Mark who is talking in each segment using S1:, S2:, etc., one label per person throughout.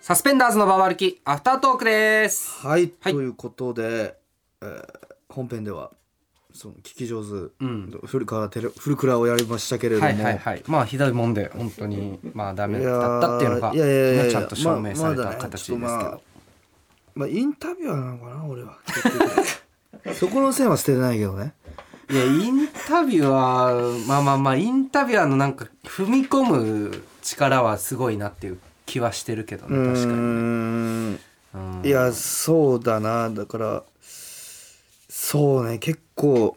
S1: サスペンダーズのババ歩きアフタートークです
S2: はい、
S1: はい
S2: ということで、えー本編ではその聞き上手、
S1: ん
S2: 古川テレ古倉をやりましたけれども、
S1: はいはいはいまあひどいもんで本当にまあダメ
S2: いやー
S1: だったっていうのが
S2: いやいやいやい
S1: ね
S2: や
S1: ちゃんと証明され
S2: ま
S1: た
S2: あまだね
S1: 形ですけど、
S2: ちょっとまあまあ、インタビュアーなのかな俺は そこの線は捨ててないけどね
S1: いやインタビュアーまあまあまあインタビュアーのなんか踏み込む力はすごいなっていう気はしてるけど
S2: う
S1: ね確かに
S2: ーん
S1: うん
S2: いやそうだなだからそうね結構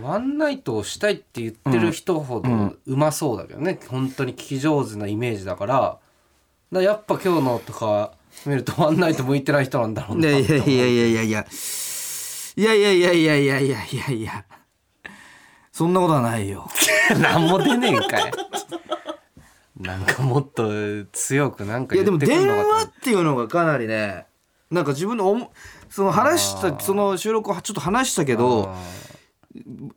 S1: ワンナイトをしたいって言ってる人ほどうまそうだけどね、本当に聞き上手なイメージだからだからやっぱ今日のとか見るとワンナイト向いてない人なんだろう
S2: い
S1: なっ
S2: やいや
S1: て
S2: いやいやいやいやいやいやいやいやいやいやいやいやそんなことはないよ
S1: 何も出ねえんかいなんかもっと強くなんか
S2: いやで
S1: 言
S2: も
S1: ってくん
S2: 電
S1: のかと思
S2: 話
S1: っ
S2: っていうのがかなりねなんか自分のおもその話し
S1: あー
S2: たその収録をちょっと話したけ
S1: た
S2: ど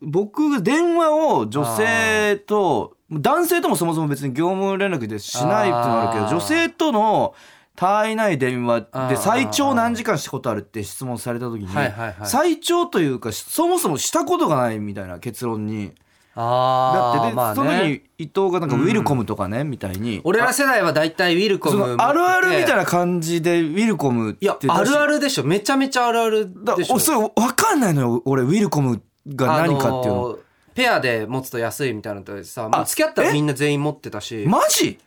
S2: 僕電話を女性と男性ともそもそも別に業務連絡でしないってのあるけど
S1: あー
S2: 女性との他愛ない電話
S1: あ
S2: で
S1: ー
S2: 最長何時間したことあるって質問された時に
S1: はいはいはい
S2: 最長というかしそもそもしたことがないみたいな結論に
S1: あー
S2: だってで
S1: まあね
S2: その時に伊藤がなんかウィルコムとかねみたいに
S1: 俺ら世代は大体ウィルコ
S2: そ
S1: ム
S2: のあるあるみたい
S1: な
S2: な感じでウィルコムって
S1: いやあるあ
S2: る
S1: るでしょめちゃめちゃあるある
S2: だ
S1: でしょ
S2: おそれ分かんないのよ俺ウィルコムが何かっていうの、
S1: あのーペアで持つと安いみたいなのとさもう付き合ったら
S2: え
S1: みんな全員持ってたし、
S2: マジ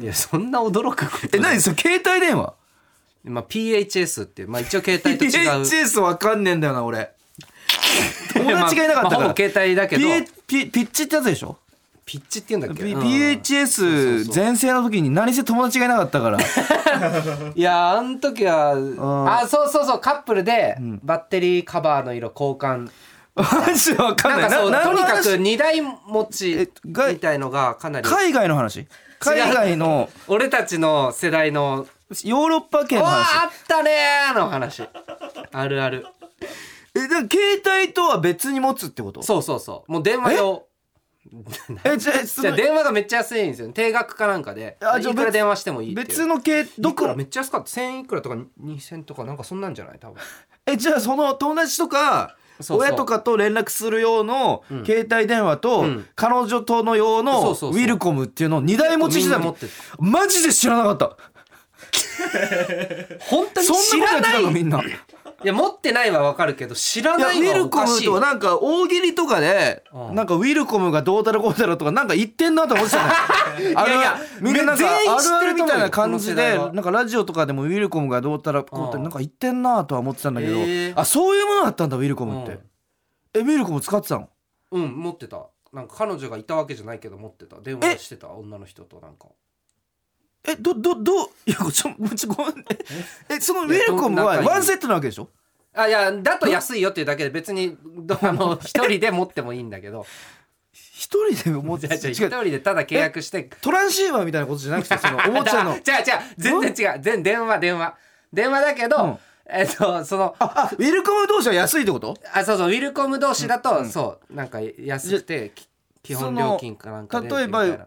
S1: いやそんな驚くこと
S2: え何それ携帯電話
S1: まあ、PHS っていう、まあ、一応携帯と違う
S2: PHS 分かんねえんだよな俺友達がいなかったか ら、
S1: まあほぼ携帯だけど
S2: P P ピッチってやつでしょ、
S1: ピッチっていうんだっけ、
S2: P
S1: うん
S2: PHS 全盛の時に何せ友達がいなかった から
S1: いやあの時は
S2: ん
S1: あそうそうそうカップルでバッテリーカバーの色交換、
S2: マジ分かん
S1: な
S2: なんい
S1: かそう
S2: な
S1: とに
S2: 何の
S1: か
S2: 話
S1: く2台持ち
S2: えが
S1: みたいのがかなり
S2: 海外の話海外の
S1: 俺たちの世代の
S2: ヨーロッパ
S1: 「
S2: 圏
S1: おー
S2: の話
S1: あったね!」の話あるある
S2: えだから携帯とは別に持つってこと
S1: そうそうそうもう電話用
S2: えじゃあそ
S1: じゃあ
S2: の
S1: 電話がめっちゃ安いんですよね定額かなんかで
S2: あじゃあ
S1: いくら
S2: 別
S1: 電話してもいいっていう
S2: 別の系ど
S1: どこ
S2: こ
S1: らめっちゃ安かった1000いくらとか2000とかなんかそんなんじゃない多分
S2: えじゃあその友達とか
S1: そうそう
S2: 親とかと連絡する用の
S1: ん
S2: 携帯電話と、
S1: うん
S2: 彼女との用の
S1: そ
S2: ウ
S1: うそうそう
S2: ィルコムっていうのを2台持ちしてた
S1: みんな持っ
S2: の
S1: てる
S2: マジで知らなかった
S1: 本当に
S2: そ
S1: 知
S2: んなこと
S1: ら
S2: や
S1: な
S2: ってた
S1: い
S2: のみんない
S1: や持ってないはわかるけど知ら
S2: いや
S1: な
S2: ウ
S1: いの
S2: ィ
S1: は
S2: ル
S1: お
S2: コ
S1: か
S2: ム
S1: しい
S2: となんか大喜利とかで、
S1: うん
S2: なんかウィルコムがどうたらこうたらとかなんか言ってんなと思ってたのあ る
S1: いや
S2: あみんななんか
S1: 全員
S2: あ
S1: 知って
S2: る
S1: る
S2: あるみたいな感じで
S1: と思うよこの世代は
S2: なんかラジオとかでもウィルコムがどうたらこうた
S1: う
S2: ら
S1: ん
S2: なんか言ってんなとは思ってたんだけど、
S1: へー
S2: あそういうものだったんだウィルコムって、えウィルコム使ってたの
S1: うん持ってたなんか彼女がいたわけじゃないけど持ってた電話してた女の人となんか
S2: えどどどう いやちょちょごめんねえそのウィルコム
S1: いやどんな仲
S2: はい
S1: い
S2: ワンセットなわけでしょ
S1: あいやだと安いよっていうだけで別 にどあの 一人で持ってもいいんだけど
S2: 一人で持って
S1: じゃあじゃあ
S2: 違
S1: 一
S2: う
S1: 人でただ契約して
S2: トランシーバーみたいなことじゃなくてそのおも ちゃの
S1: 違う違う全然違う全電話電話電話だけど、
S2: うん
S1: えっとその
S2: ああウィルコム同士は安いってこと
S1: あそうそうウィルコム同士だと、そうなんか安くてき基本料金かなんかで
S2: その
S1: みたいな
S2: 例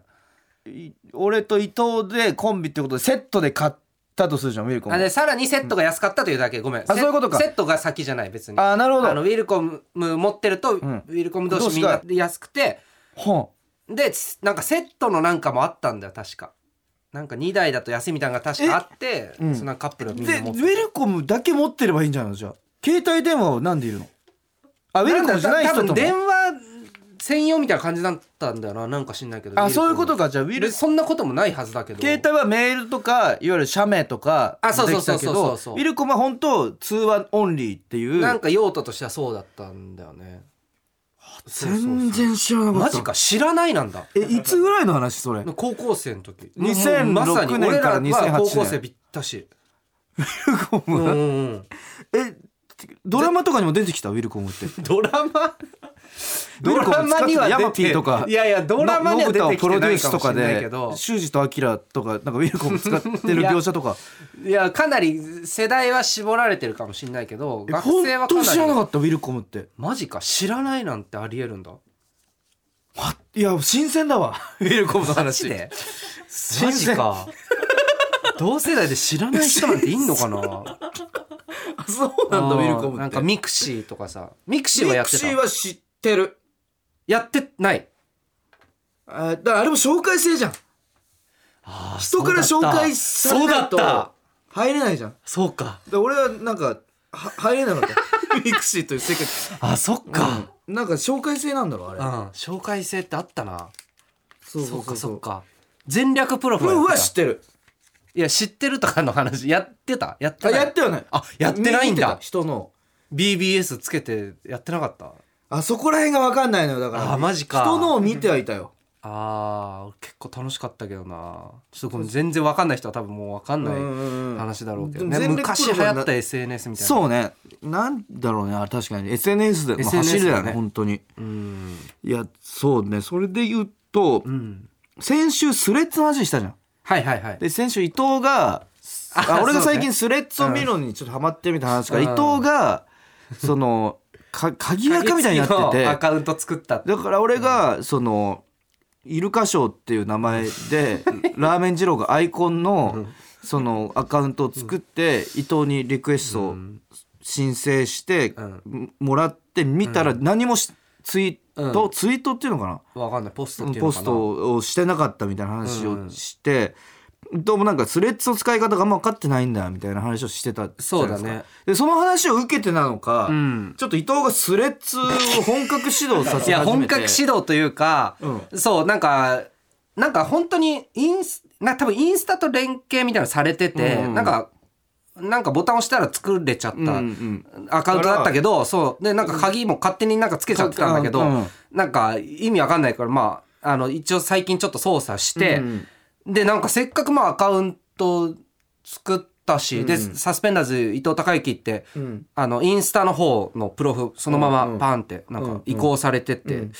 S2: えい俺と伊藤でコンビってことでセットで買ったとするじゃんウィルコム
S1: あでさらにセットが安かったというだけ、ごめんセ
S2: そういうことか
S1: セットが先じゃない別に
S2: あなるほ
S1: あの
S2: ど
S1: ウィルコム持ってると、
S2: ん
S1: ウィルコム同
S2: 同
S1: 士
S2: 士
S1: みんな
S2: が
S1: 安くて
S2: ほ
S1: でなんかセットのなんかもあったんだよ確かなんか2台だと安いみたいなのが確かあって、
S2: うん
S1: そのカップルがみ
S2: う
S1: ん
S2: で
S1: な
S2: ウ
S1: 持って
S2: ィルコムだけ持ってればいいんじゃないのじゃあ携帯電話はなんでいるのあウィルコムじゃない人
S1: んだ
S2: と
S1: 多分電
S2: も
S1: 話専用みたいな感じだったんだよななんか知んないけど
S2: あそういうこと
S1: か
S2: かじゃあウィル
S1: そんなこともないはずだけど
S2: 携帯はメールとかいわゆる社名とか
S1: あそう
S2: で
S1: そう
S2: き
S1: そう
S2: たけ
S1: そう
S2: どウ
S1: そう
S2: ィルコムは本当通話オンリーっていう
S1: なんか用途としてはそうだったんだよねそうそうそう
S2: 全然知らなかった
S1: マジか知らないなんだ
S2: えいつぐらいの話それウ
S1: 高校生の 時
S2: 2006
S1: もうまさに俺らは
S2: 年から2008
S1: 高校生ぴったし
S2: ィルコ
S1: う
S2: ム
S1: んうんうん
S2: えドラマとかにも出てきたウィルコムって
S1: ドラ マ
S2: ドラマには出て
S1: ヤマピーいやいやドラマには出てきてないかもしれないけど
S2: 修二とアキラとかなんかウィルコム使ってる描写とか
S1: いやかなり世代は絞られてるかもしれないけど
S2: え
S1: 学
S2: 本
S1: 生はか
S2: 当
S1: な
S2: に知らなか
S1: り
S2: ったウィルコムって
S1: マジか知らないなんてありえるんだ
S2: わ いや新鮮だわウィルコムの
S1: マジ
S2: 話
S1: でマ
S2: 新
S1: ジ
S2: 鮮
S1: か同世代で知らない人なんていんのか な
S2: あそうなんだウィルコムって
S1: なんかミクシーとかさミクシーはやっ
S2: ミク
S1: て
S2: シ
S1: た
S2: ーは知ってる
S1: やってない
S2: あだからあれも紹介制じゃん人から紹介されない
S1: そ
S2: と
S1: うだった
S2: 入れないじゃん
S1: そうか
S2: で俺はなんかは入れなかった ミクシーという世界
S1: あそっか、
S2: うんなんか紹介制なんだろうあ
S1: う
S2: れ
S1: ん紹介制ってあったな
S2: そう
S1: そうかそうか全略プロフ
S2: う
S1: ァイル
S2: ん
S1: や
S2: は
S1: ってた
S2: 知ってる
S1: いや知ってるとかの話やってたやって
S2: あ
S1: ない
S2: やってはない
S1: あやってないんだ
S2: 見てた人の
S1: BBS つけてやってなかった
S2: あそこら辺が分かんないのよだから
S1: あマジか
S2: 人のを見てはいたよ
S1: あー俺結構楽しかったけどなちょっとこれ全然わかんない人は多分もうわかんない
S2: 話
S1: 話だろうけどね
S2: でも全力
S1: 昔
S2: プロ
S1: 流
S2: がな
S1: 行った SNS みたいな
S2: そうねなんだろうねあれ確かに SNS で、まあ
S1: SNS
S2: 走
S1: だ
S2: る
S1: ね
S2: よね本当に
S1: うん
S2: いやそうねそれで言うと、
S1: うん
S2: 先週スレッズの話したじゃん
S1: はいはいはい
S2: で先週伊藤が
S1: あ
S2: あ俺が
S1: そうね
S2: 最近スレッズを見るのにちょっとハマってるみたいな話から、
S1: うん
S2: 伊藤がそのか鍵垢みたいになってて
S1: アカウント作ったって
S2: だから俺がそのイルカショーっていう名前 でラーメン二郎がアイコンのそのアカウントを作って伊藤にリクエストを申請して
S1: うん
S2: もらって見たら何もしツイートツイートっていうのかな
S1: わかんないポストっていうの
S2: ポ
S1: か
S2: ス
S1: な
S2: トをしてなかったみたいな話
S1: う
S2: を
S1: ん
S2: して、どうもなんかスレッズの使い方があんま分かってないんだみたいな話をしてたじゃないですか
S1: そうだね
S2: でその話を受けてなのか、
S1: うん
S2: ちょっと伊藤がスレッズを本格指導させ
S1: い
S2: て
S1: や
S2: 始
S1: 本
S2: めて
S1: 格指導というか、
S2: う
S1: そうなんかなんか本当にインスな多分インスタと連携みたいなのされてて、
S2: うん
S1: なんかなんかボタン押したら作れちゃっ
S2: うんう
S1: た
S2: ん
S1: アカウントだったけど、そうでなんか鍵も勝手になんかつけちゃってたんだけど、
S2: うん
S1: なんか意味わかんないからまああの一応最近ちょっと操作して、
S2: うん
S1: でなんかせっかくまあアカウント作ったし、で
S2: うん
S1: サスペンダーズ伊藤孝之って
S2: うん
S1: あのインスタの方のプロフそのま
S2: うんう
S1: ま
S2: ん
S1: パンってなん
S2: うんう
S1: か
S2: ん
S1: 移行されてて、
S2: うん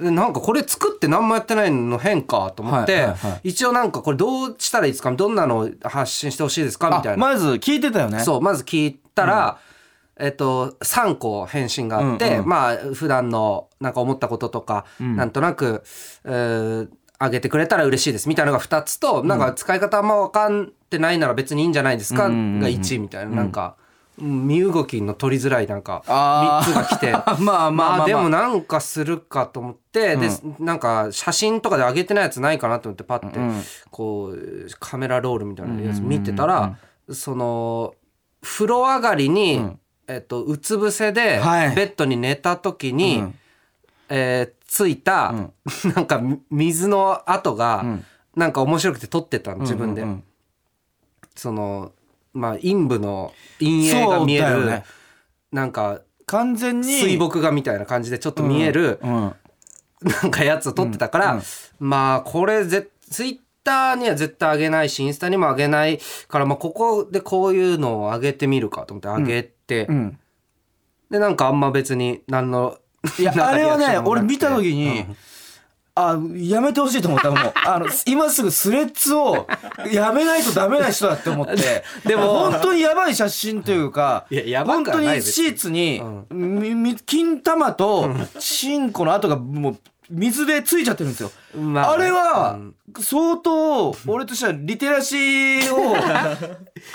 S1: でなんかこれ作って何もやってないの変かと思って、
S2: はいはいは
S1: 一応なんかこれどうしたらいいですかどんなのを発信してほしいですかみた
S2: あ
S1: いな、
S2: まず聞いてたよね
S1: そうまず聞いたら、えっと、3個返信があって、
S2: うんうん
S1: まあ普段のなんか思ったこととか、
S2: ん
S1: なんとなく、えー上げてくれたら嬉しいですみたいなのが2つと、なんか使い方あんま分かってないなら別にいいんじゃないですか、
S2: うんうんうん
S1: が1みたいな、なんかうん身動きの取りづらいなんか
S2: あ
S1: 3つが来て。
S2: あまあまあまあ、
S1: ま
S2: ま
S1: あ
S2: あ、
S1: でもなんかするかと思って、でなんか写真とかで上げてないやつないかなと思ってパッて
S2: うん
S1: こうカメラロールみたいなやつ見てたらその風呂上がりに、えっと、うつ伏せでベ
S2: はい
S1: ッドに寝た時に、
S2: うん
S1: えーついた、 なんか水の跡が、
S2: ん
S1: なんか面白くて撮ってたの自分で。
S2: うんうん
S1: そのまあ陰部の陰影が見え
S2: そう
S1: る、
S2: だよね
S1: なんか
S2: 完全に
S1: 水墨画みたいな感じでちょっと見える、
S2: うん
S1: なんかやつを撮ってたから、まあこれぜツイッターには絶対上げないしインスタにも上げないから、まあ、ここでこういうのを上げてみるかと思って上げて、
S2: うん
S1: でなんかあんま別に何の
S2: いや
S1: なんか
S2: あ
S1: リ
S2: れ
S1: ア
S2: は
S1: クシ
S2: ね
S1: ョンもな
S2: 俺
S1: くて
S2: 見た時に、あやめてほしいと思ったもうあの 今すぐスレッズをやめないとダメな人だって思っ て
S1: で
S2: で
S1: も
S2: も本当にやばい写真というか
S1: いややば
S2: 本
S1: くは
S2: 当
S1: ない
S2: に
S1: です
S2: シーツに、みみ金玉とチンコの跡がもう水でついちゃってるんですよ。
S1: ま
S2: あれは
S1: うん
S2: 相当俺としてはリテラシー をあ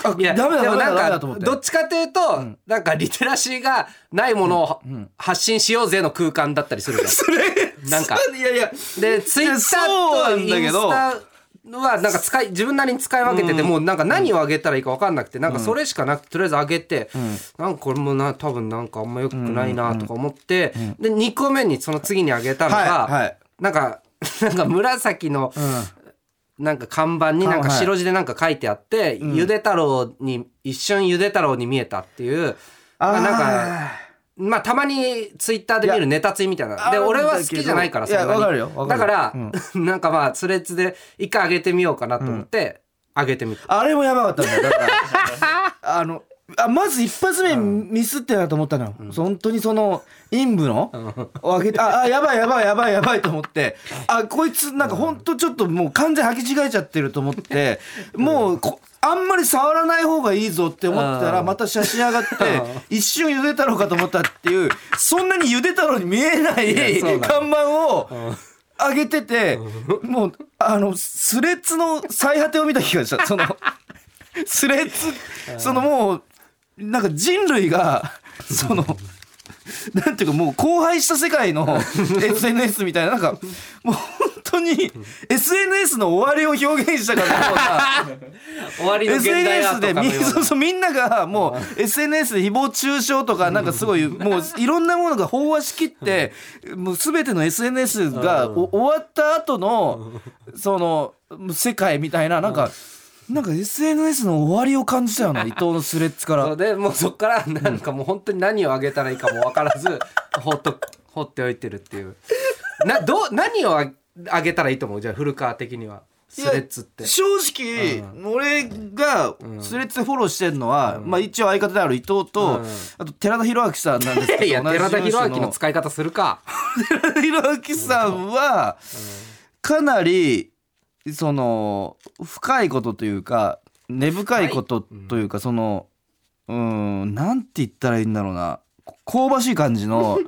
S2: ダ
S1: い
S2: メ
S1: や
S2: だダメ
S1: でも
S2: だ
S1: な
S2: ダ
S1: ん
S2: メ
S1: か
S2: だと思って
S1: どっちかというと、なんかリテラシーがないものを発信しようぜの空間だったりするじゃん
S2: それ
S1: なんか
S2: いやいや
S1: でツイッター
S2: そうな
S1: とイ
S2: んだ
S1: ン
S2: け
S1: ス
S2: ど
S1: タはなんか使い自分なりに使い分けてて、もうなんか何をあげたらいいか分かんなくて、なんかそれしかなくてとりあえずあげて、なんかこれもな多分なんかあんま良くないなとか思って、で2個目にその次にあげたのが、
S2: はいはい
S1: なんか なんか紫の、なんか看板になんか
S2: はい
S1: 白字でなんか書いてあって「ゆで太郎に一瞬ゆで太郎に見えた」っていうまあなんかまあたまにツイッターで見るネタツイみたいなで
S2: あるんだけど
S1: 俺は好きじゃないから
S2: いや
S1: そんなに
S2: わかるよわか
S1: だ
S2: る
S1: か
S2: よ
S1: ら、なんかまあスレッズで一回上げてみようかなと思って、上げてみた
S2: あれもやばかったんだよ。だから あのあまず一発目ミスってなと思ったのよ、本当にその陰部の、を開けてああやばいやばいやばいやばいと思ってあこいつなんか本当ちょっともう完全履き違えちゃってると思って、もうこあんまり触らない方がいいぞって思ってたら
S1: うん
S2: また写真上がって一瞬ゆで太郎かと思ったっていうそんなにゆで太郎に見えない
S1: や
S2: い
S1: そうなの
S2: 看板を上げてて、もうあのスレッズの最果てを見た気がしたそのスレッズそのもうなんか人類がそのなんていうかもう荒廃した世界 の SNS みたいななんかもう本当に SNS の終わりを表現したかのような。
S1: 終わりの現代アー
S2: SNS
S1: ト
S2: で
S1: かの
S2: み
S1: ような
S2: そうそうみんながもう SNS で誹謗中傷とかなんかすごいもういろんなものが飽和しきってもう全ての SNS がお終わった後のその世界みたいななんかなんか SNS の終わりを感じた よな伊藤のスレッズか
S1: そ
S2: ら
S1: うでもうそっからなんかもう本当に何をあげたらいいかも分からずほっと放っておいてるっていうなどう何をああげたらいいと思うじゃあ古川的にはスレッズって
S2: いや正直、俺がスレッズでフォローしてるのは、まあ一応相方である伊藤と、
S1: うん
S2: あと寺田弘明さんなんですけ ど
S1: いや
S2: 同じ事
S1: 寺田
S2: 務所
S1: 博明 の使い方するか
S2: ひろきさんはかなりその深いことというか根深いことというかそのうんなんて言ったらいいんだろうなこ香ばしい感じ の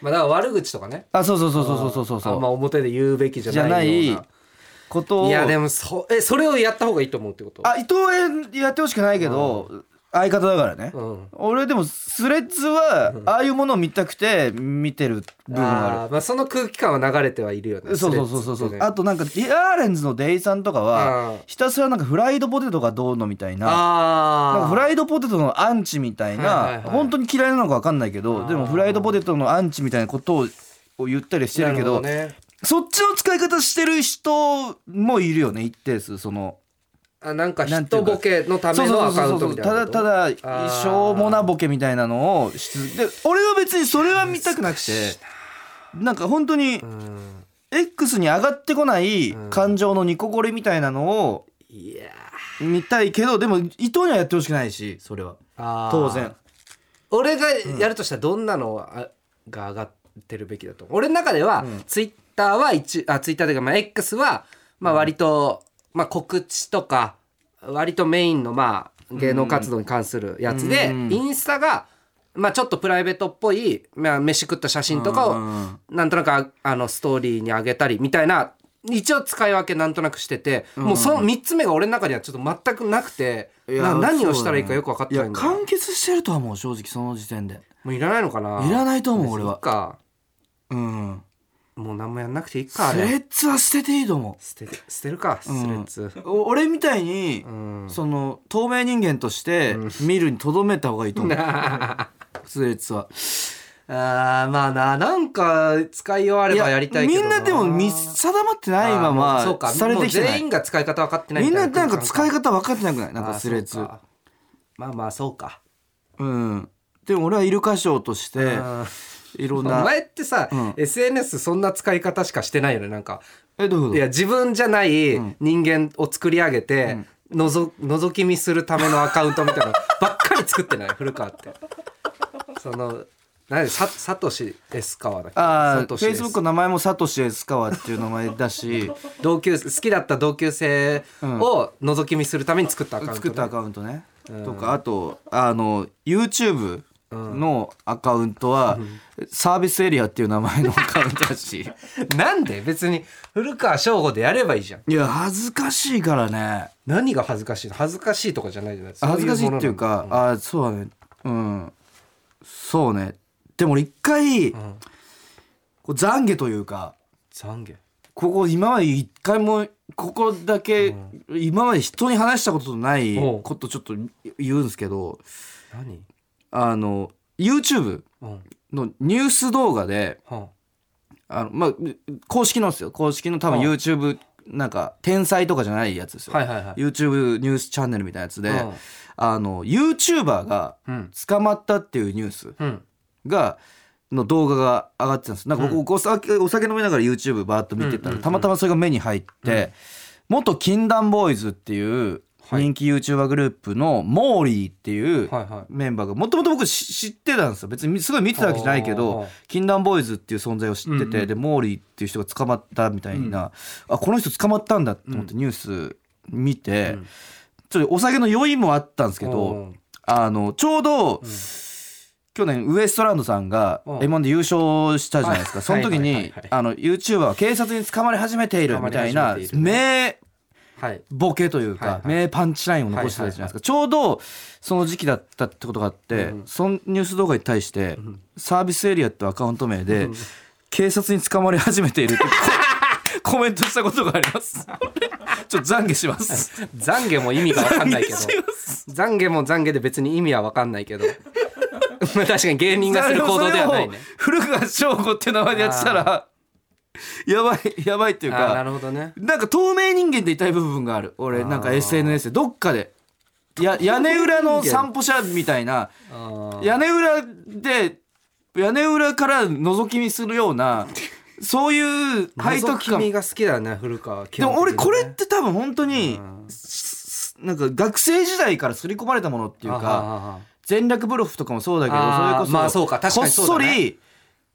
S1: まあだから悪口とかね
S2: あそうそうそうそうそうそう
S1: あんま
S2: そ
S1: 表で言うべきじ
S2: うじゃ
S1: ゃな
S2: ないい
S1: ような
S2: ことを
S1: いやでもそえそれをやった方がいいと思うってこと
S2: あ伊藤へやってほしくないけど相方だからね
S1: うん
S2: 俺でもスレッズはああいうものを見たくて見てる部分がある
S1: あーまあその空気感は流れてはいるよね
S2: そうそうそうそうそ
S1: スレッズって
S2: う、
S1: ね
S2: あとなんかディアーレンズのデイさんとか
S1: う
S2: は
S1: ん
S2: ひたすらなんかフライドポテトがどうのみたいななん
S1: あ
S2: か
S1: あ
S2: フライドポテトのアンチみたいな、
S1: はいはいはい
S2: 本当に嫌いなのか分かんないけ
S1: あ
S2: ど
S1: ー
S2: でもフライドポテトのアンチみたいなことをを言ったりしてるけど
S1: なるほね
S2: そっちの使い方してる人もいるよね一定数その
S1: あなんか
S2: なんて
S1: 人
S2: いうか
S1: ボケのた
S2: そ
S1: め
S2: うそ
S1: の
S2: う
S1: アカウ
S2: そ
S1: ント
S2: うそ
S1: み
S2: う
S1: たいな
S2: ただ
S1: こと
S2: ただ
S1: ー
S2: しょうもなボケみたいなのをし続けで俺は別にそれは見たくなくてなんか本当に
S1: うん
S2: X に上がってこない感情のニコゴリみたいなのを
S1: いや
S2: 見たいけどでも伊藤にはやってほしくないしそれは
S1: ー
S2: 当然
S1: 俺がやるとしたらどんなのあが上がってるべきだと思う俺の中では、ツイッターは一あツイッターというか、まあ、X は、まあ、割と、まあ、告知とか割とメインの、まあ、芸能活動に関するやつで、インスタが、まあ、ちょっとプライベートっぽい、まあ、飯食った写真とかを、なんとなくああのストーリーに上げたりみたいな一応使い分けなんとなくしてて、もうその3つ目が俺の中ではちょっと全くなくてな何をしたらいいかよく分かってないんだよ
S2: や完結してるとはもう正直その時点で
S1: もういらないのかないい
S2: らないと思う
S1: もう
S2: 俺
S1: 俺
S2: は
S1: か
S2: うん
S1: もう何もやんなくていいかあ
S2: スレ
S1: れ
S2: ッズは捨てていいと思
S1: 捨て捨てるかスレッズ
S2: うお俺みたいに
S1: うん
S2: その透明人間として見るにとどめた方がいいと思うスレッズは
S1: あーまあななんか使い終わればやりたいけど
S2: みんなでも見定まってないま
S1: あーもうそう
S2: ま
S1: か
S2: されてきて
S1: もう
S2: な
S1: 全員
S2: い
S1: が使い方分かってない
S2: みん
S1: た
S2: ないなんか使い
S1: 空
S2: 方分かってなくない
S1: 間
S2: なん
S1: 感
S2: かスレッズ
S1: あーそうかまあまあそうか
S2: うん、でも俺はイルカショーとして
S1: うん
S2: いろ
S1: お
S2: んな
S1: 前ってさ、
S2: ん
S1: SNS そんな使い方しかしてないよねなんか
S2: えどういうこ
S1: い
S2: と
S1: や自分じゃない人間を作り上げて、のぞ覗き見するためのアカウントみたいなの ばっかり作ってない古川ってその何でさサトシエスカワだっけ
S2: ああ
S1: サ
S2: フ
S1: トシ
S2: ェ
S1: エ
S2: イ
S1: ス
S2: スブックの名前もサトシエスカワっていう名前だし
S1: 同級生好きだった同級生を覗き見するために作ったアカウント、
S2: 作ったアカウントね、とかあとあの YouTube のアカウントは、サービスエリアっていう名前のア カウントだし
S1: なんで別に古川翔吾でやればいいじゃん
S2: いや恥ずかしいからね
S1: 何が恥ずかしいの恥ずかしいとかじゃないじゃないですか
S2: 恥ずかしいっていうかあーそうだねうんそうねでも俺一回、こう懺悔というか
S1: 懺悔
S2: ここ今まで一回もここだけ今まで人に話したことのない
S1: おう
S2: ことちょっと言うんですけど
S1: 何
S2: あの YouTube
S1: うんは
S2: のニュース動画で
S1: あ
S2: あの、まあ、公式のですよ公式の多分
S1: うん
S2: YouTube なんか天才とかじゃないやつですよ、
S1: はいはいはい
S2: YouTube ニュースチャンネルみたいなやつで、
S1: うん
S2: あの YouTuber が
S1: うん
S2: 捕まったっていうニュース
S1: うん
S2: がの動画が上がってたんですなんか僕、お酒お酒飲みながら YouTube バーっと見てたら、たまたまそれが目に入って、元禁断ボーイズっていう
S1: はい
S2: 人気 YouTuber グループのモーリーっていう
S1: はいはい
S2: メンバーがもともと僕し知ってたんですよ別にすごい見てたわけじゃないけ
S1: あ
S2: ど
S1: ー
S2: 禁断ボーイズっていう存在を知ってて、でモーリーっていう人が捕まったみたいな、あこの人捕まったんだと思ってニュース見て、ちょっとお酒の酔いもあったんですけど、
S1: うん
S2: あのちょうど、去年ウエストランドさんが
S1: うん
S2: m 1で優勝したじゃないですか、
S1: はい
S2: その
S1: は
S2: 時
S1: いはい
S2: に
S1: はいはい
S2: あの YouTuber は警察に捕まり始めているみたい
S1: 捕ま
S2: な
S1: り始めている
S2: 名
S1: はい
S2: ボケというか、
S1: はいはい
S2: 名パンチラインを残してたじゃないですか、ちょうどその時期だったってことがあって、そのニュース動画に対して、サービスエリアってアカウント名で、警察に捕まり始めているって こコメントしたことがあります。 ちょっと懺悔します。
S1: 懺悔も意味が分かんないけ ど
S2: 懺悔します
S1: 懺悔も懺悔で別に意味は分かんないけど まあ確かに芸人がする行動ではないね
S2: それを古川翔吾っていう名前でやってたら、やばい、やばいっていう
S1: あー
S2: か
S1: な、るほどね
S2: なんか透明人間でいたい部分がある俺なんか SNS でどっかでや屋根裏の散歩者みたいな
S1: あ
S2: 屋根裏で屋根裏から覗き見するようなそういう
S1: あ
S2: 背徳感
S1: 君が好きだね古川
S2: でも俺これって多分本当にすなんか学生時代から刷り込まれたものっていうか
S1: か
S2: 全略ブロフとかもそうだけど
S1: あー
S2: それこそ
S1: まあそうか確かにそうだね
S2: こっそり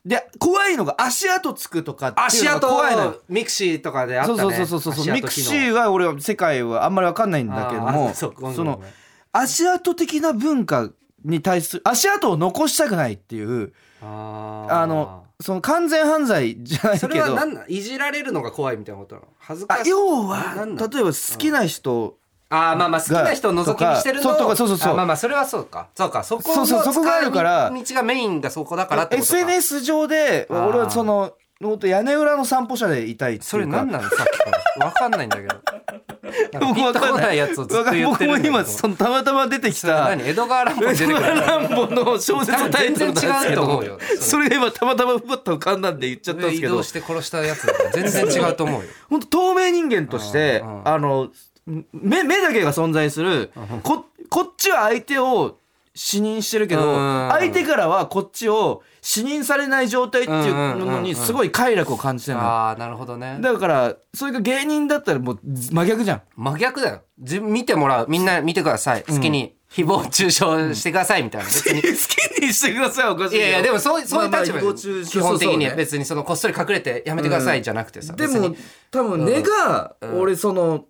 S2: で怖いのが足跡つくとかっていう
S1: 足
S2: のが
S1: 跡
S2: 怖いのよ
S1: ミクシーとかであった
S2: そ
S1: ね
S2: うそうそうそうそうミクシー
S1: は
S2: は俺は世界はあんまりわかんないんだけども
S1: そうごめん
S2: そ
S1: ごめん
S2: の足跡的な文化に対する足跡を残したくないっていう
S1: あー
S2: あのその完全犯罪じゃないけ
S1: そ
S2: ど
S1: れは何なんいじられるのが怖いみたいなことなの恥ず
S2: あ
S1: かしい
S2: 要
S1: な
S2: は
S1: んなん
S2: 例えば好きな人
S1: あーまあまあ好きな人を覗き見してるのを
S2: がとかそうそうそうそう
S1: あまあまあそれはそうかそうかそこ
S2: そ
S1: の
S2: うそうそこがあるから
S1: 使い道がメインがそこだからってことか
S2: SNS 上で
S1: あー
S2: 俺はそのほんと屋根裏の散歩者でいたいっていうか
S1: それ何なのさっきから分かんないんだけどなんか
S2: 僕
S1: ピ
S2: わ
S1: ンと
S2: か
S1: こ
S2: ん
S1: な
S2: ないい
S1: やつをずっと言ってる
S2: 僕も
S1: んだけど
S2: 今そのたまたま出てき
S1: それ
S2: た
S1: 何江戸川乱歩
S2: 江
S1: に出て
S2: 戸
S1: くる
S2: 川乱歩の小説タイトルなんですけ
S1: 多分全然違うと思
S2: ど
S1: うよ
S2: それが今たまたまふわっと浮かんだんで言っちゃったんです
S1: 移
S2: けど
S1: 動して殺したやつだから全然違うと 思うよ
S2: 本当透明人間として
S1: うんうん
S2: あの目目だけが存在するここっちは相手を視認してるけど
S1: うん
S2: 相手からはこっちを視認されない状態っていうのにすごい快楽を感じてるの
S1: ああなるほどね
S2: だからそれが芸人だったらもう真逆じゃん
S1: 真逆だよ自分見てもらうみんな見てください好きに誹謗中傷してくださいみたいな、別に
S2: 好きにしてくださいおかしい
S1: いやいやでもそうそういう
S2: まあまあ
S1: 立場
S2: 誹謗中
S1: よ基
S2: 傷
S1: 本的には
S2: そうそうね
S1: 別にそのこっそり隠れてやめてくださいじゃなくてさ
S2: で
S1: 別
S2: も
S1: に
S2: 多分根が俺その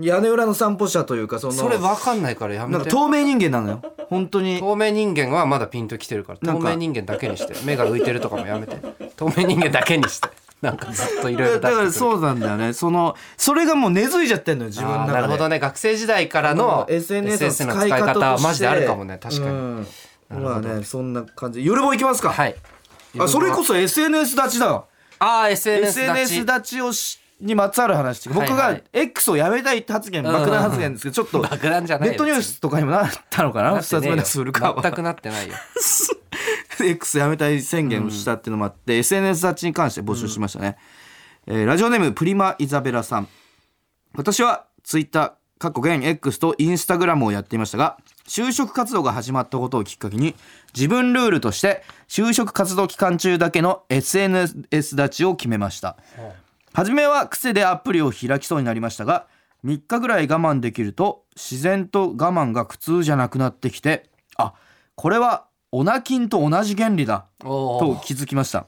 S2: 屋根裏の散歩者というかその
S1: それ分かんないからや
S2: な
S1: め
S2: んか
S1: て
S2: 透明人間なのよ本当に
S1: 透明人間はまだピンときてるから
S2: なん
S1: 透
S2: か
S1: 明人間だけにして目が浮いてるとかもやめ て透明人間だけにしてなんかずっといろいろ出し
S2: だ
S1: て
S2: か
S1: く
S2: ら
S1: る
S2: そうなんだよねそのそれがもう根付いちゃってんのよ自分の
S1: あー
S2: 中で
S1: なるほどね学生時代からの
S2: SNS の
S1: SNS の使
S2: 使い
S1: い
S2: 方として
S1: 方はマジであるかもね確かに、
S2: にまあねそんな感じ夜も行きますか、
S1: はい
S2: あそれこそ SNS 立ちだよ
S1: ああ SNS 立
S2: SNS
S1: ち
S2: 立ちをしにまつわる話僕
S1: はいは
S2: が
S1: い
S2: X をやめたいって発言
S1: ん
S2: 爆弾発言ですけどちょっと
S1: 爆弾じゃないよ
S2: ネットニュースとかにもなったのかな
S1: なっ
S2: 2
S1: て
S2: つ
S1: ねえ
S2: 目
S1: よ
S2: のするか
S1: 全くなってないよ
S2: X やめたい宣言をしたっていうのもあって、SNS 立ちに関して募集しましたね、えーラジオネームプリマイザベラさん私は Twitter 過去現 X と Instagram をやっていましたが就職活動が始まったことをきっかけに自分ルールとして就職活動期間中だけの SNS 立ちを決めました初めは癖でアプリを開きそうになりましたが3日ぐらい我慢できると自然と我慢が苦痛じゃなくなってきてあこれはオナキンと同じ原理だ
S1: お
S2: と
S1: ー
S2: 気づきました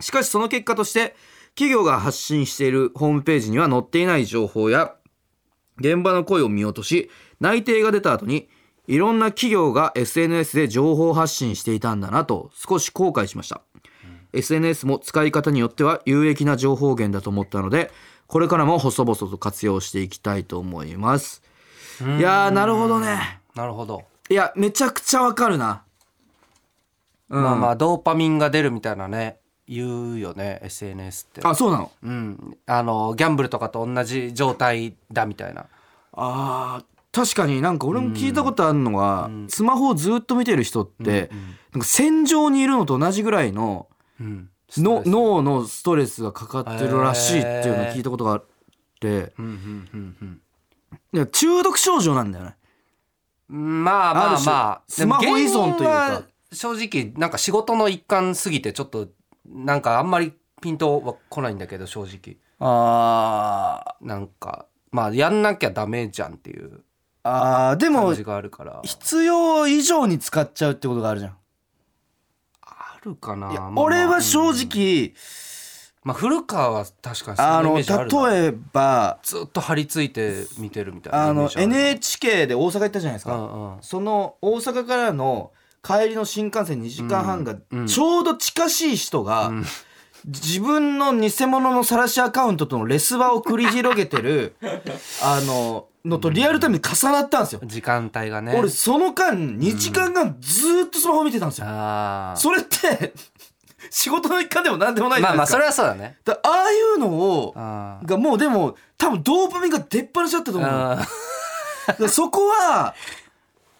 S2: しかしその結果として企業が発信しているホームページには載っていない情報や現場の声を見落とし内定が出た後にいろんな企業が SNS で情報発信していたんだなと少し後悔しました、SNS も使い方によっては有益な情報源だと思ったのでこれからも細々と活用していきたいと思いますいやーなるほどね
S1: なるほど、
S2: いやめちゃくちゃわかるな
S1: まあまあドーパミンが出るみたいなね言うよね SNS って
S2: あそうなの
S1: うんあのギャンブルとかと同じ状態だみたいな
S2: あー確かになんか俺も聞いたことあるのが、スマホをずっと見てる人って、なんか戦場にいるのと同じぐらいの
S1: うん
S2: の
S1: ストレス
S2: 脳のストレスがかかってるらしいっていうのを聞いたことがあって、
S1: うんうんうん
S2: いや中毒症状なんだよね
S1: うんまあまあま
S2: あ
S1: あ
S2: る種スマホ依存
S1: で
S2: というか
S1: も原因は正直なんか仕事の一環すぎてちょっとなんかあんまりピンとは来ないんだけど正直
S2: あ
S1: なんかまあやんなきゃダメじゃんっていう
S2: あでも
S1: 感じがあるから
S2: 必要以上に使っちゃうってことがあるじゃん、
S1: あるかなまあまあ
S2: 俺は正直、
S1: まあ、古川は確かにそ
S2: あの
S1: のイメージあるな
S2: 例えば
S1: ずっと張り付いて見てるみたいな
S2: あ
S1: イメー
S2: の
S1: ジるな
S2: NHK で大阪行ったじゃないで
S1: う
S2: すか、
S1: んうん
S2: その大阪からの帰りの新幹線2時間半が
S1: うん
S2: ちょうど近しい人が自分の偽物の晒しアカウントとのレス場を繰り広げ てるあののとリアルタイムに重なったんですよ、
S1: 時間帯がね
S2: 俺その間2時間間ずーっとスマホ見てたんですよ、
S1: あー
S2: それって仕事の一環でも何でもないじ
S1: ま
S2: ゃ
S1: あ
S2: な
S1: ま
S2: いで
S1: あ
S2: すか,、
S1: それはそうだね
S2: だああいうのを
S1: あ
S2: がもうでも多分ドーパミンが出っ放しだったと思うだか
S1: あ
S2: らそこは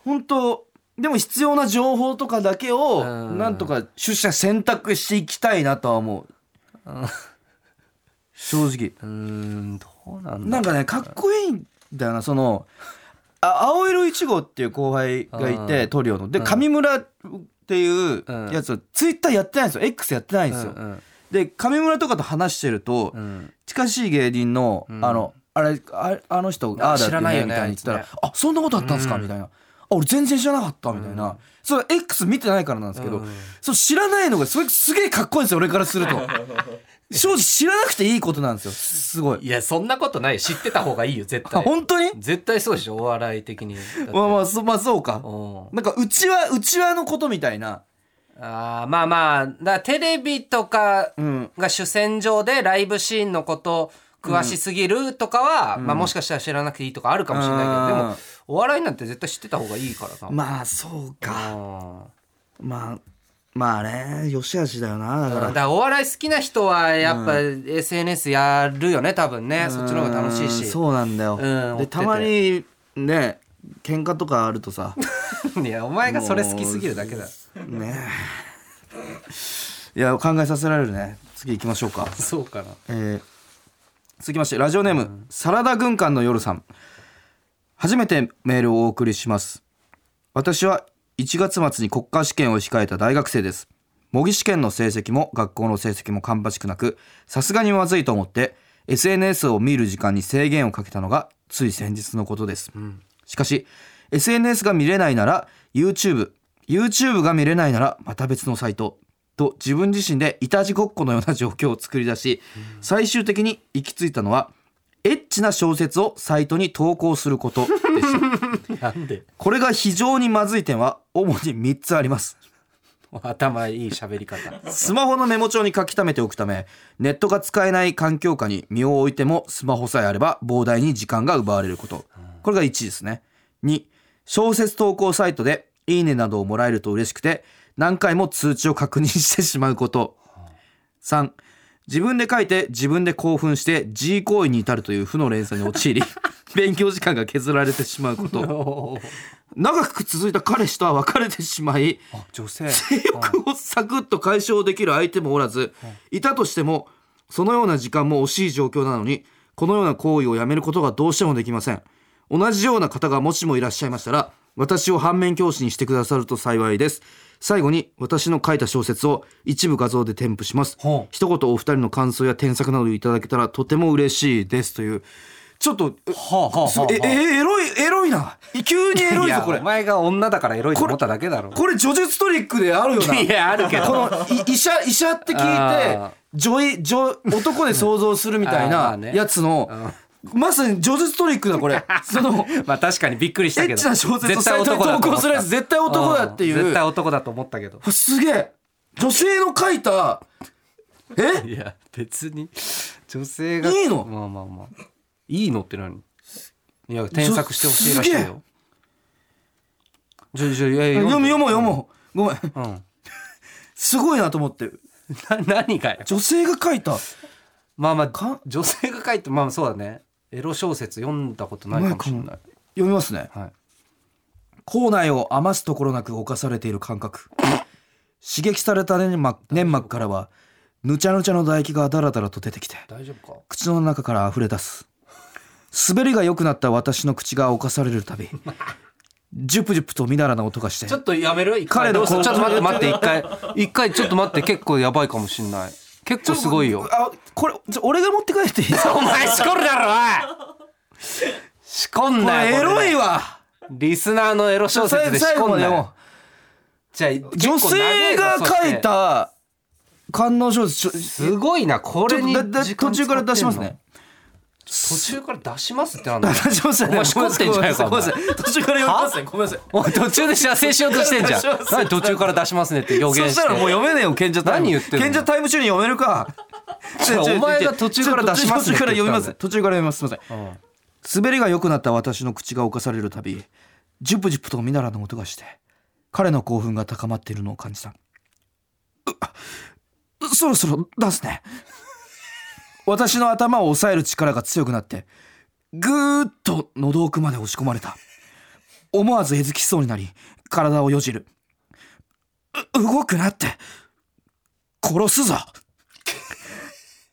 S2: 本当でも必要な情報とかだけを
S1: うん
S2: なんとか出社選択していきたいなとは思う正直
S1: うーんどうなんだ
S2: なんかねかっこいいんだよなそのあ青色1号っていう後輩がいて
S1: うん
S2: トリオので
S1: うん
S2: 上村っていう
S1: うん
S2: やつはツイッターやってないんですよ X やってないんです
S1: う
S2: よ、
S1: ん
S2: で上村とかと話してると、
S1: うん
S2: 近しい芸人の、
S1: うん
S2: あのあれああの人ああだっ
S1: 知
S2: て
S1: らない
S2: ね
S1: よ
S2: み
S1: ね
S2: たいに言ったら「
S1: あいつ
S2: あそんなことあったんですか
S1: うん
S2: みたいな「あ俺全然知らなかった」みたいな、それは X 見てないからなんですけど、
S1: うん
S2: そう知らないのがそれすげえかっこいいんですよ俺か らすると正直知らなくていいことなんですよすごい
S1: いやそんなことない知ってた方がいいよ絶
S2: あ
S1: 対
S2: 本当に
S1: 絶対そうでしょお笑い的 にだって
S2: まあまあそ,、まあ、そうか
S1: うん
S2: なんかうちわうちわのことみたいな
S1: あーまあまあだからテレビとか
S2: うん
S1: が主戦場でライブシーンのこと詳しすぎるとかは、まあ、もしかしたら知らなくていいとかあるかもしれないけど、
S2: うん
S1: でもお笑いなんて絶対知ってた方がいいからな、
S2: まあそうか
S1: うん
S2: まあまあねよしあしだよなだか
S1: だ
S2: ら
S1: からお笑い好きな人はやっぱ SNS やるよね多分ねそっちの方が楽しいし
S2: うんそうなんだよ、
S1: うん
S2: でたまにね喧嘩とかあると さ
S1: いやお前がそれ好きすぎるだけだ
S2: ねえいや考えさせられるね次行きましょうか
S1: そうかな
S2: えー続きましてラジオネーム、サラダ軍艦の夜さん初めてメールをお送りします私は1月末に国家試験を控えた大学生です模擬試験の成績も学校の成績も芳しくなくさすがにまずいと思って SNS を見る時間に制限をかけたのがつい先日のことです、しかし SNS が見れないなら YouTubeYouTube が見れないならまた別のサイトと自分自身でいたちごっこのような状況を作り出し、最終的に行き着いたのはエッチな小説をサイトに投稿することでした
S1: なんで
S2: これが非常にまずい点は主に3つあります
S1: 頭いい喋り方
S2: スマホのメモ帳に書き溜めておくためネットが使えない環境下に身を置いてもスマホさえあれば膨大に時間が奪われることこれが1ですね2小説投稿サイトで「いいね」などをもらえると嬉しくて何回も通知を確認してしまうこと3自分で書いて自分で興奮して G 行為に至るという負の連鎖に陥り勉強時間が削られてしまうこと長く続いた彼氏とは別れてしまい
S1: あ女性
S2: 性欲をサクッと解消できる相手もおらずいたとしてもそのような時間も惜しい状況なのにこのような行為をやめることがどうしてもできません同じような方がもしもいらっしゃいましたら私を反面教師にしてくださると幸いです最後に私の書いた小説を一部画像で添付します
S1: ほう
S2: 一言お二人の感想や添削などいただけたらとても嬉しいですというちょっと
S1: はあはあは
S2: すごいええエロいエロいな急にエロいぞこれ
S1: お前が女だからエロいと思っただけだろ
S2: これ叙述トリックであるよな
S1: いやあるけど
S2: このい医者医者って聞い
S1: あ
S2: て女医女男で想像するみた
S1: あー
S2: い
S1: ま
S2: な
S1: あね
S2: やつのまさに叙述トリック だこれその
S1: まあ確かにびっくりした
S2: エ
S1: けど
S2: ッチな小説を
S1: 絶
S2: サ
S1: 対
S2: イトに
S1: 男だ
S2: 投
S1: と思っ
S2: 稿
S1: た
S2: するやつ絶対男だって
S1: ん
S2: い
S1: 絶
S2: う
S1: 対男だと思ったけど
S2: すげえ女性の書いたえ
S1: いや別に女性が
S2: いいの
S1: まあまあまあいいのって何いや添削してほしいらしいよじゃじゃいやいや
S2: 読む
S1: む
S2: 読もう読もうごめ
S1: う
S2: ん
S1: ん
S2: すごいなと思って
S1: な何がよ
S2: 女性が書いた
S1: まあまあ
S2: か
S1: 女性が書いてまあそうだねエロ小説読んだことないかもしれない
S2: 読みますね
S1: はい
S2: 校内を余すところなく侵されている感覚刺激された粘膜粘膜からはぬちゃぬちゃの唾液がだらだらと出てきて
S1: 大丈夫か
S2: 口の中から溢れ出す滑りが良くなった私の口が侵される たびジュプジュプとみだらな音がして
S1: ちょっとやめる
S2: 彼
S1: 彼
S2: の
S1: の
S2: こ
S1: ちょ
S2: う
S1: っと待って待って一回一回ちょっと待って結構やばいかもしんない結構すごいよ
S2: あこれちょ俺が持って帰っていい
S1: お前しこるだろおいしこん
S2: こ
S1: な
S2: れ
S1: よ
S2: エロいわ
S1: リスナーのエロ小説で仕
S2: 最後
S1: 込
S2: ま
S1: ん
S2: で
S1: だ
S2: も
S1: よ。じゃあ
S2: 女性が書い。た官能小説ちょ
S1: すごいなこ
S2: ちょ
S1: れ
S2: っと
S1: に
S2: だだ途中から出しますね。
S1: 途中から出しますってなん だよ
S2: 出しますよね
S1: お前しこってんじゃねえか
S2: ごめんなさいごめんなさい途中から読みますねごめんなさい
S1: お前途中で射精しようとしてんじゃん
S2: 出します
S1: 何途中から出しますねって予
S2: そ
S1: 言
S2: し
S1: したて
S2: らもう読めねえよ賢者タイム
S1: 何言ってんの
S2: 賢者タイム中に読めるかちょちょちょ
S1: お前が途中から出しますね
S2: 途
S1: っ
S2: 中
S1: て
S2: から
S1: 言ったんだ
S2: 読み
S1: よ
S2: ます途中から読みますすいません滑りが良くなった私の口が侵されるたびジュプジュプとみならぬ音がして彼の興奮が高まっているのを感じたうそろそろ出すね私の頭を押さえる力が強くなってぐーっと喉奥まで押し込まれた思わずえずきそうになり体をよじるう動くなって殺すぞ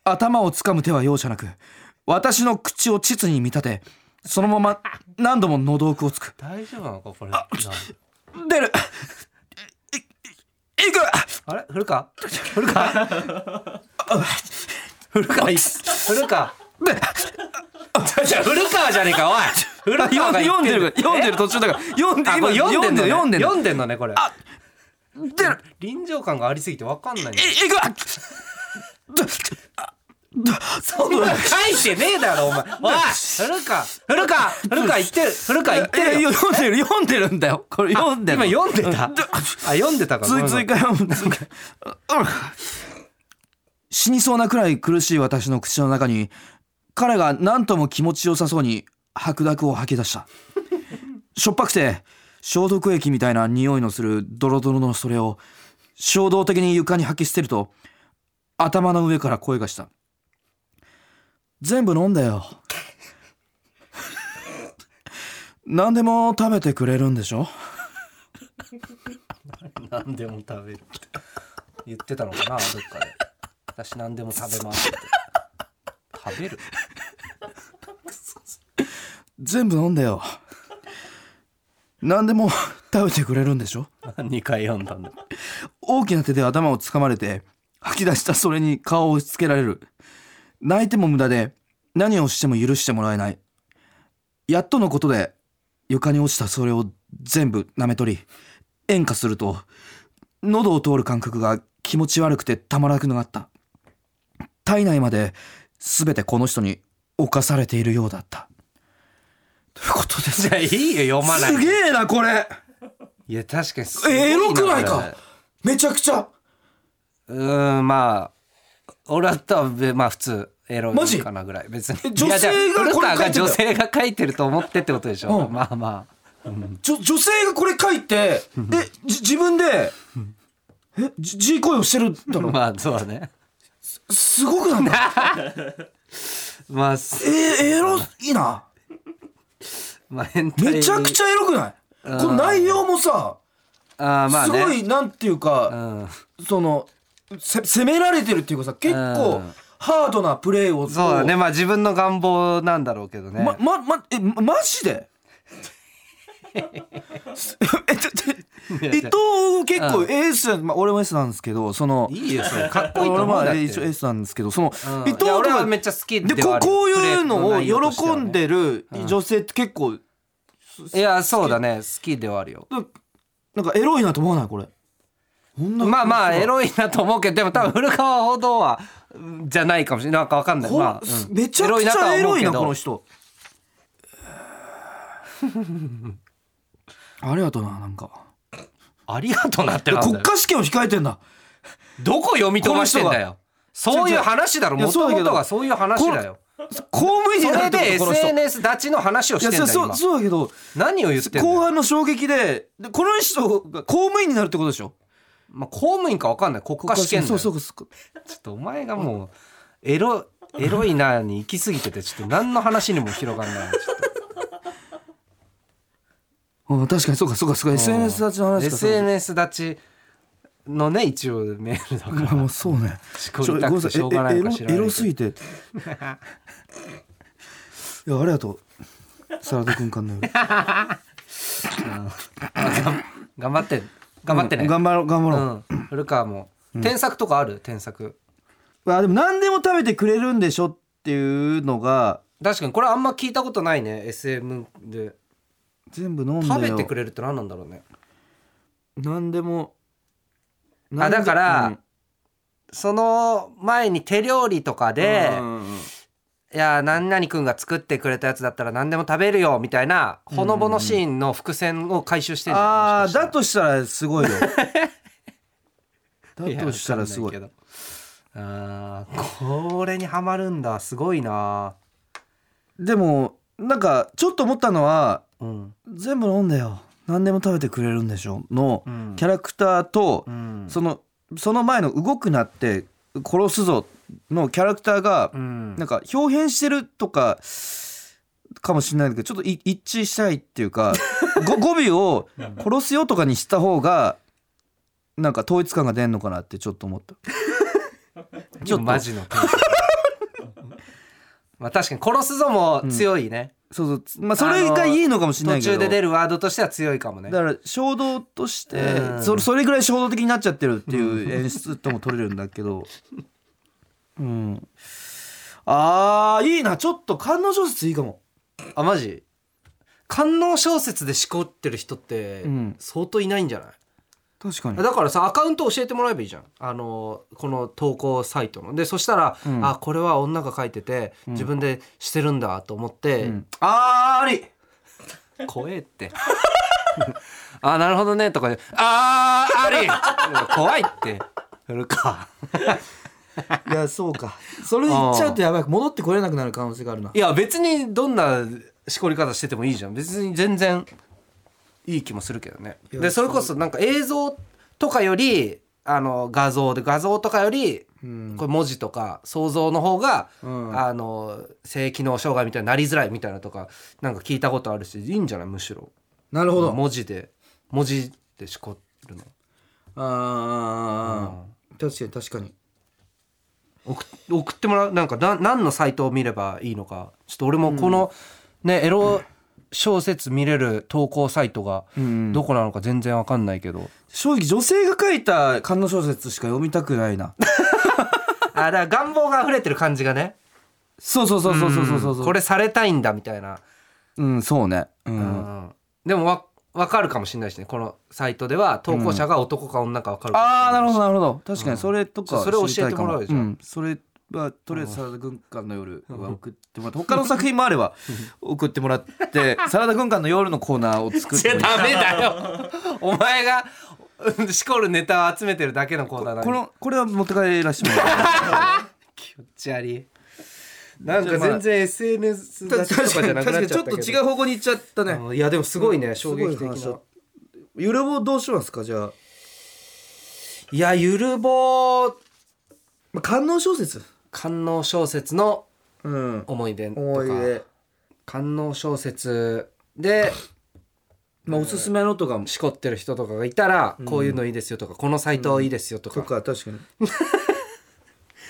S2: 頭を掴む手は容赦なく私の口を膣に見立てそのまま何度も喉奥をつく
S1: 大丈夫なのかこれ
S2: 出るいいく
S1: あれ古川古川古川いい古川じゃあ古川じゃねえかおい古川が言
S2: 読
S1: っ
S2: ん
S1: て
S2: でる読んでる途中だから読んで
S1: あこ
S2: 今
S1: れ読
S2: 読
S1: んで
S2: んで
S1: んのね
S2: る読んでる
S1: 読んでんのねこれ
S2: 出る
S1: 臨場感がありすぎてわかんないんだよ
S2: いいく
S1: そんな書いてねえだ ろお前おい古川古川古川言ってる古川言ってるよ
S2: 読んでる読んでるんだよこれ読んでる
S1: 今読んでたあ読んでたか
S2: つい追加読む追加うん死にそうなくらい苦しい私の口の中に彼が何とも気持ちよさそうに白濁を吐き 出したしょっぱくて消毒液みたいな匂いのするドロドロのそれを衝動的に床に吐き捨てると頭の上から声がした全部飲ん だよ何でも食べてくれるんでしょ
S1: 何でも食べるって言ってたのかなどっかで私何でも食べますって食べる
S2: 全部飲んだよ何でも 食べてくれるんでしょ
S1: 2回読んだんだ
S2: 大きな手で頭をつかまれて吐き出したそれに顔を押し付けられる泣いても無駄で何をしても許してもらえないやっとのことで床に落ちたそれを全部舐め取り演歌すると喉を通る感覚が気持ち悪くてたまらなくなった体内まで全てこの人に侵されているようだったということです
S1: じゃあいいよ読まない
S2: すげえなこれ
S1: いや確かにすごいな
S2: えエロくな
S1: これ
S2: いかめちゃくちゃ
S1: うーんまあ俺だったらべまあ普通エロ
S2: マジ
S1: いかなぐらい別に
S2: え女
S1: いやじ
S2: 性が
S1: ゃあ
S2: これ
S1: 古川が
S2: 書いてた
S1: 女性が書いてると思ってってことでしょ、
S2: う
S1: まあま
S2: じょ女性がこれ書いてえじ自分でえじ G 恋をしてるんだ
S1: あ
S2: ろ
S1: まあそうだね
S2: すごくない
S1: まあす
S2: えーエロいな
S1: まあ変態
S2: めちゃくちゃエロくないこの内容もさ
S1: あーまあ
S2: す
S1: ね
S2: ごいなんていう
S1: う
S2: か
S1: ん
S2: そのせ責められてるっていうかさ結
S1: う
S2: 構
S1: ん
S2: ハードなプレーを
S1: そうだねまあ自分の願望なんだろうけどね、
S2: ま、ま、ま、え、まマジで え、ちょ、ちょ、伊藤結構エースなん、まあ、俺もエースなんですけど、その、
S1: いいよそれかっこいいと
S2: 俺
S1: 思
S2: も
S1: うんだって
S2: 一応エースなんですけど、その、
S1: うん
S2: 伊藤
S1: いや俺は
S2: が
S1: めっちゃ好きで
S2: で、
S1: は
S2: こ
S1: あ
S2: う
S1: るよ
S2: こういうの
S1: プレ
S2: を
S1: ート内容としては
S2: 喜
S1: ね
S2: んでる女性って結構、
S1: いやそうだね好きではあるよ
S2: なんかエロいなと思わないこれ。女
S1: まあまあエ
S2: い。
S1: ロいなと思うけどでも多分古川ほどはじゃないかもしれないなんかわかんない
S2: ほん
S1: まあ、うん
S2: めちゃくちゃエロいな、
S1: とは思
S2: この
S1: うけ
S2: 人。ありがとうな、なんか。
S1: どありがとうなってなんだよ
S2: 国家試験を控えてんだ。
S1: どこ読み飛ばしてんだよそういう話だろ
S2: いや
S1: も
S2: そ
S1: と
S2: うだ
S1: も
S2: けど
S1: とがそういう話だよ
S2: 公務員
S1: そ
S2: にな
S1: れ
S2: るって
S1: で
S2: ことこの人
S1: SNS 立ちの話を
S2: い
S1: し
S2: や
S1: てんだよ
S2: そう
S1: 今
S2: そうだけど
S1: 何を言ってんだ
S2: 後
S1: よ、
S2: 半の衝撃ででこの人が公務員になるってことでしょ
S1: まあ、公務員かわかんない国家試験だよ
S2: そうそうそう
S1: ちょっとお前がもうエロエロいなに行き過ぎててちょっと何の話にも広がんないちょっ
S2: うん確かにそうかそうかそうか SNS たちの
S1: と
S2: 話かそうか
S1: SNS 立ちのね一応メールだから
S2: まあもうそうね
S1: しこりたくてしょうがないのか知らないけど
S2: ええエロエロす ぎていやありがとうサラダ君間の夜
S1: 頑張って 頑張ってね、
S2: うん頑張ろう頑張ろう、
S1: うん古川も添削とかある添削
S2: あでも何でも食べてくれるんでしょっていうのが
S1: 確かにこれあんま聞いたことないね SM で
S2: 全部飲んで
S1: 食べてく
S2: れ
S1: れるって何なんだろうね
S2: 何でも
S1: あだから
S2: うん
S1: その前に手料理とかで、
S2: うんうんうん
S1: いやー何々くんが作ってくれたやつだったら何でも食べるよみたいなほのぼのシーンの伏線を回収してんじゃない
S2: あ
S1: も
S2: あ
S1: しか
S2: だとしたら すごいよ
S1: して
S2: だとしたらすごい
S1: やわかんないけどあーこれにはまるんだすごいな
S2: でもなんかちょっと思ったのは
S1: うん
S2: 全部飲んだよ何でも食べてくれるんでしょの
S1: うん
S2: キャラクターと、
S1: うん
S2: そのその前の動くなって殺すぞのキャラクターが
S1: うん
S2: なんか表変してるとかかもしれないけどちょっとい一致したいってい うかご語尾を「殺すよ」とかにした方がなんか統一感が出んのかなってちょっと思った。ちょっと
S1: マジの まあ確かに殺すぞも強いね、
S2: そうそうつまあそれがいいのかもしれない
S1: 途
S2: けど
S1: 中で出るワードとしては強いかもね
S2: だから衝動として
S1: うん
S2: そそれぐらい衝動的になっちゃってるっていう演出とも取れるんだ けどうんあーいいなちょっと観音小説いいかも
S1: あマジ官能小説でしこってる人って
S2: うん
S1: 相当いないんじゃない、
S2: 確かに
S1: だからさアカウント教えてもらえばいいじゃんあのこの投稿サイトのでそしたら、
S2: ん
S1: あこれは女が書いてて自分でしてるんだと思って、
S2: あーあり
S1: 怖えってあなるほどねとかであーあり 怖いってそれか
S2: いやそうかそれ言っちゃうとやばい戻ってこれなくなる可能性があるない
S1: や別にどんなしこり方しててもいいじゃん別に全然いい気もするけどね
S2: いや
S1: でそれこそなんか映像とかよりあの画像で画像とかより、これ文字とか想像の方が、
S2: ん
S1: あの性機能障害みたいになりづらいみたいなとかなんか聞いたことあるしいいんじゃないむしろ
S2: なるほど
S1: 文字で文字でしこるの
S2: あー確かに確かに
S1: 送っ送ってもらうなんかな何のサイトを見ればいいのかちょっと俺もこの、ねエロ小説見れる投稿サイトが
S2: ん
S1: どこなのか全然わかんないけど、
S2: 正直女性が書いた観音小説しか読みたくないな
S1: あだから願望が溢れてる感じがね
S2: そうそうそうそうそうそうそう
S1: これされたいんだみたいな、
S2: うんそうねうん
S1: うんでもわ分かるかもしれないしねこのサイトでは投稿者が男か女か分かるかもしれないし
S2: ああなるほどなるほど確かにそれと
S1: そ
S2: か
S1: うそれを
S2: 知りた
S1: 教えて
S2: か
S1: もらうよじゃあ
S2: んそれはとりあえずサラダ軍艦の夜は送ってもらって他の作品もあれば送ってもら ってサラダ軍艦の夜のコーナーを作っ
S1: い
S2: て
S1: や
S2: もらっ
S1: ダメだ よお前がうんしこるネタを集めてるだけのコーナーな
S2: て
S1: のに
S2: このこれは持って帰らせてもらう
S1: 気持ち悪いなんか全然 SNS だけとかじゃなくなっちゃったけど
S2: う方向に行っちゃった
S1: うんいやでもすごいね
S2: すご
S1: 衝
S2: い
S1: 撃的
S2: 話だ
S1: な
S2: っゆるぼうどうしますかじゃあ
S1: いやゆるぼう
S2: まあ観音小説
S1: 官能小説の
S2: うん
S1: 思い出と
S2: 思い
S1: か
S2: 出
S1: 官能小説で
S2: まあおすすめのとかも
S1: しこってる人とかがいたらこういうのいいですよとかこのサイトいいですよと
S2: と
S1: か
S2: か確かに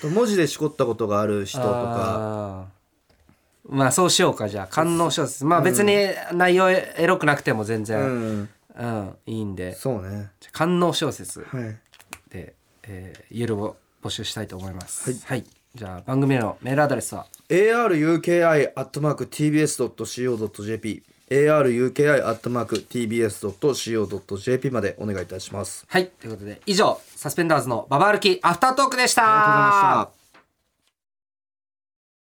S2: と文字でしこったことがある人とか
S1: あーまあそうしようかじゃあ官能小説まあ別に内容エロくなくても全
S2: う
S1: 然
S2: ん
S1: うんいいんで
S2: そうね
S1: じゃあ官能小説
S2: はい
S1: で、えー、ゆるを募集したいと思います。はい、じゃあ番組へのメールアドレスは
S2: aruki.tbs.co.jp aruki.tbs.co.jp までお願いいたします。
S1: はいということで以上サスペンダーズのババ歩きアフタートークでした。
S2: ありがとうございました